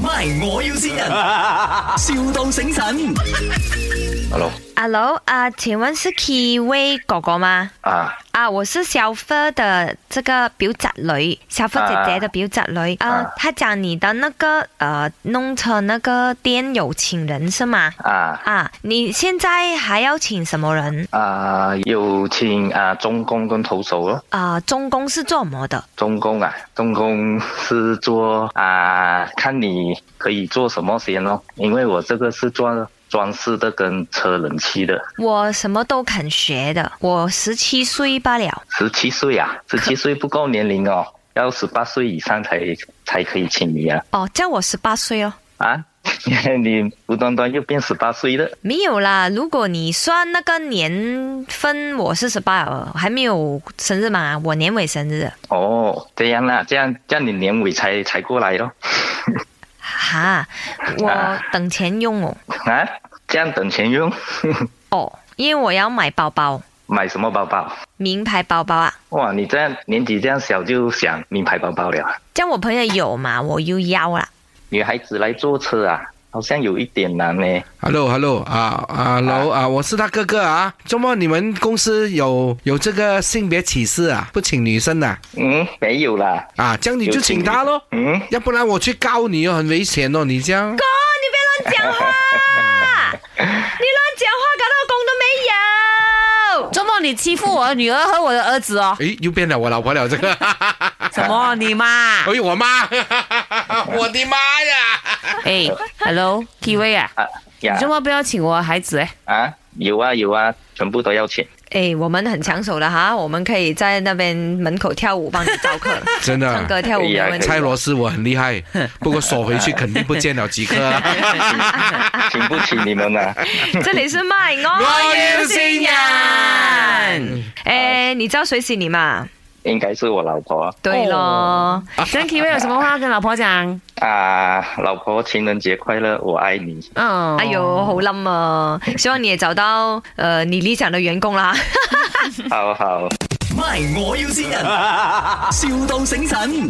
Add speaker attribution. Speaker 1: ，MY 我要先人，, 笑到醒神。
Speaker 2: Hello，
Speaker 3: Hello，啊、请问是 Kiwi 哥哥吗？
Speaker 2: 啊，
Speaker 3: 啊，我是小飞的这个表侄女，小飞姐姐的表侄女。
Speaker 2: 啊
Speaker 3: 呃，她讲你的那个呃弄成那个店有请人是吗？
Speaker 2: 啊
Speaker 3: 啊，你现在还要请什么人？
Speaker 2: 啊，有请啊中公跟投手咯。
Speaker 3: 啊、中公是做什么的？
Speaker 2: 中公啊，中公是做啊，看你可以做什么先咯。因为我这个是做装饰的跟车冷气的，
Speaker 3: 我什么都肯学的，我十七岁罢了。
Speaker 2: 十七岁啊，十七岁不够年龄哦， 要十八岁以上才才可以请你啊
Speaker 3: 哦，叫我十八岁哦。
Speaker 2: 啊！ 你无端端又变十八岁了
Speaker 3: 没有啦，如果你算那个年份，我是十八了，还没有生日嘛，我年尾生日。
Speaker 2: 哦，这样啦、这样这样你年尾才才过来咯。
Speaker 3: 哈，我
Speaker 2: 啊
Speaker 3: 等钱用哦。
Speaker 2: 啊，这样等钱用，
Speaker 3: 哦，因为我要买包包，
Speaker 2: 买什么包包？
Speaker 3: 名牌包包啊。
Speaker 2: 哇，你这样年纪这样小就想名牌包包了，啊
Speaker 3: 叫我朋友有嘛，我又要啦。
Speaker 2: 女孩子来坐车啊，好像有一点难呢。
Speaker 4: Hello Hello 啊啊楼啊，我是他哥哥啊。周末你们公司有有这个性别歧视啊？不请女生的啊
Speaker 2: 嗯，没有啦，
Speaker 4: 啊？这样你就请他喽，
Speaker 2: 嗯，
Speaker 4: 要不然我去告你哦，很危险哦。你这样
Speaker 3: 哥，你别乱 讲话，你乱讲话，搞到我工都没有。
Speaker 5: 周末你欺负我的女儿和我的儿 子哦？
Speaker 4: 诶，又变了我老婆了这 个，
Speaker 5: 什么？啊你妈？
Speaker 4: 哎呦我妈， 我的妈呀！
Speaker 5: 哎，Hello Kiwi 啊，
Speaker 2: 啊呀
Speaker 5: 你周末不要请我孩子哎？
Speaker 2: 啊，有啊有啊，全部都要请。
Speaker 3: 哎，我们很抢手的哈，我们可以在那边门口跳舞，帮你招 客，
Speaker 4: 真的
Speaker 3: 唱歌跳舞没有问
Speaker 2: 哎呀。
Speaker 3: 题
Speaker 4: 猜螺丝我很厉害，不过锁 回去肯定不见了几颗、啊
Speaker 2: 请不起你们啊！
Speaker 3: 这里是卖我要新人。哎，你知道谁是你嘛？
Speaker 2: 应该是我老婆
Speaker 3: 对咯，
Speaker 5: 跟 Kiwi 有什么话要跟老婆讲？
Speaker 2: 啊，老婆，情人节快乐，我爱你。
Speaker 5: 嗯，
Speaker 3: 哎呦，好冧啊！希望你也找到呃你理想的员工啦。
Speaker 2: 好好。
Speaker 1: MY 我要先人，,笑到醒神。